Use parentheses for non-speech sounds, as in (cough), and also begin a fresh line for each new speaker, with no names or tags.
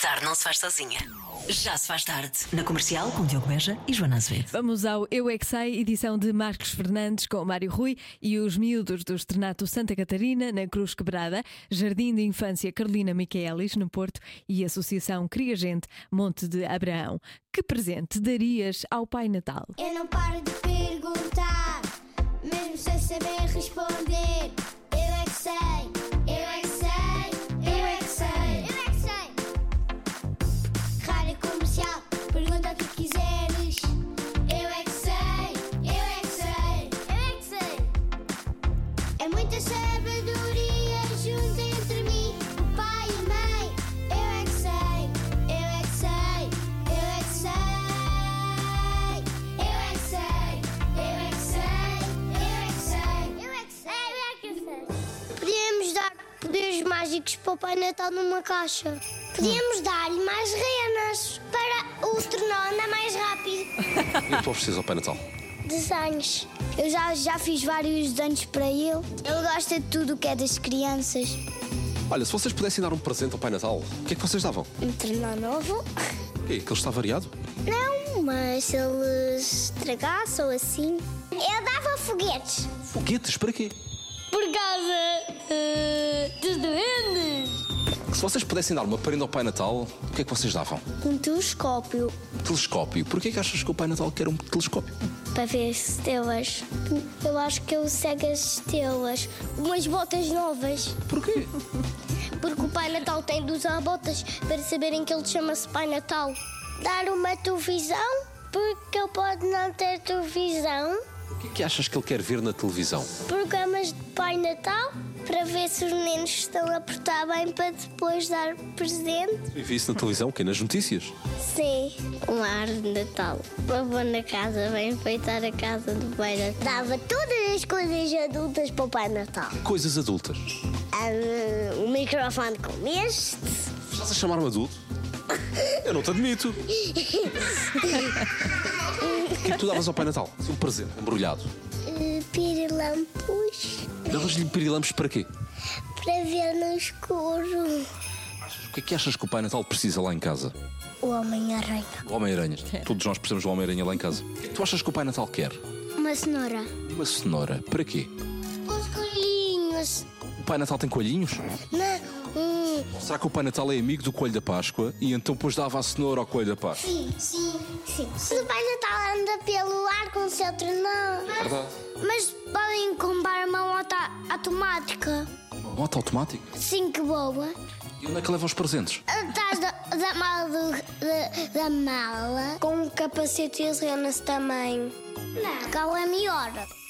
Tarde não se faz sozinha. Já se faz tarde. Na comercial com Diogo Beja e Joana Azevedo.
Vamos ao Eu é que Sei, edição de Marcos Fernandes com Mário Rui e os miúdos do Estrenato Santa Catarina, na Cruz Quebrada, Jardim de Infância Carolina Michaelis, no Porto, e Associação Cria Gente Monte de Abraão. Que presente darias ao Pai Natal?
Eu não paro de perguntar, mesmo sem saber responder. Eu é que sei, eu é que sei, eu é que sei, eu é que sei. Rádio comercial, pergunta o que quiseres. Eu é que sei, eu é que sei, eu é que sei. É muita sabedoria junto entre mim, o pai e a mãe. Eu é que sei, eu é que sei, eu é que sei. Eu é que sei, eu é que sei, eu é que sei. Eu é que sei, eu é que sei. Podíamos dar poderes mágicos para o Pai Natal numa caixa. Podíamos dar-lhe mais renas para o tornar andar mais rápido.
O que é que tu ofereces ao Pai Natal?
Desenhos. Eu já, já fiz vários desenhos para ele. Ele gosta de tudo o que é das crianças.
Olha, se vocês pudessem dar um presente ao Pai Natal, o que é que vocês davam?
Um tornó novo. (laughs)
O quê? Que ele está variado?
Não, mas se ele estragasse ou assim. Eu dava foguetes.
Foguetes, para quê?
Por causa eh, dos duendes.
Se vocês pudessem dar uma prenda ao Pai Natal, o que é que vocês davam?
Um telescópio
Um telescópio. Porquê é que achas que o Pai Natal quer um telescópio?
para ver estrelas. Eu acho que ele segue as estrelas. Umas botas novas.
Porquê?
Porque o Pai Natal tem de usar botas para saberem que ele chama-se Pai Natal. Dar uma televisão? Porque ele pode não ter televisão.
O que é que achas que ele quer ver na televisão?
Programas de Pai Natal para ver se os meninos estão a portar bem para depois dar presente.
E vi isso na televisão, o quê? Nas notícias?
Sim. Uma árvore de Natal. Uma boa na casa, bem enfeitar a casa do Pai Natal. Dava todas as coisas adultas para o Pai Natal.
Coisas adultas.
Um, microfone como este.
Estás a chamar-me adulto? Eu não te admito. O que é que tu davas ao Pai Natal? Assim, Um presente, embrulhado.
Eh, Pirilampos
Davas-lhe pirilampos para quê?
para ver no escuro.
O que é que achas que o Pai Natal precisa lá em casa?
O Homem-Aranha.
O Homem-Aranha. Todos nós precisamos do Homem-Aranha lá em casa. O que é que tu achas que o Pai Natal quer?
Uma cenoura.
Uma cenoura. Para quê?
Os coelhinhos.
O Pai Natal tem coelhinhos?
Não. Hum,
Ou será que o Pai Natal é amigo do coelho da Páscoa e então depois dava a cenoura ao coelho da Páscoa?
Sim, sim, sim. O Pai Natal anda pelo ar com o seu trenão.
Verdade.
Mas podem comprar uma moto automática.
Uma moto automática?
Sim, que boa.
E onde é que leva os presentes?
Atrás da, da mala do- da, da mala. Com um capacete e as renas também. Não. Qual é melhor? é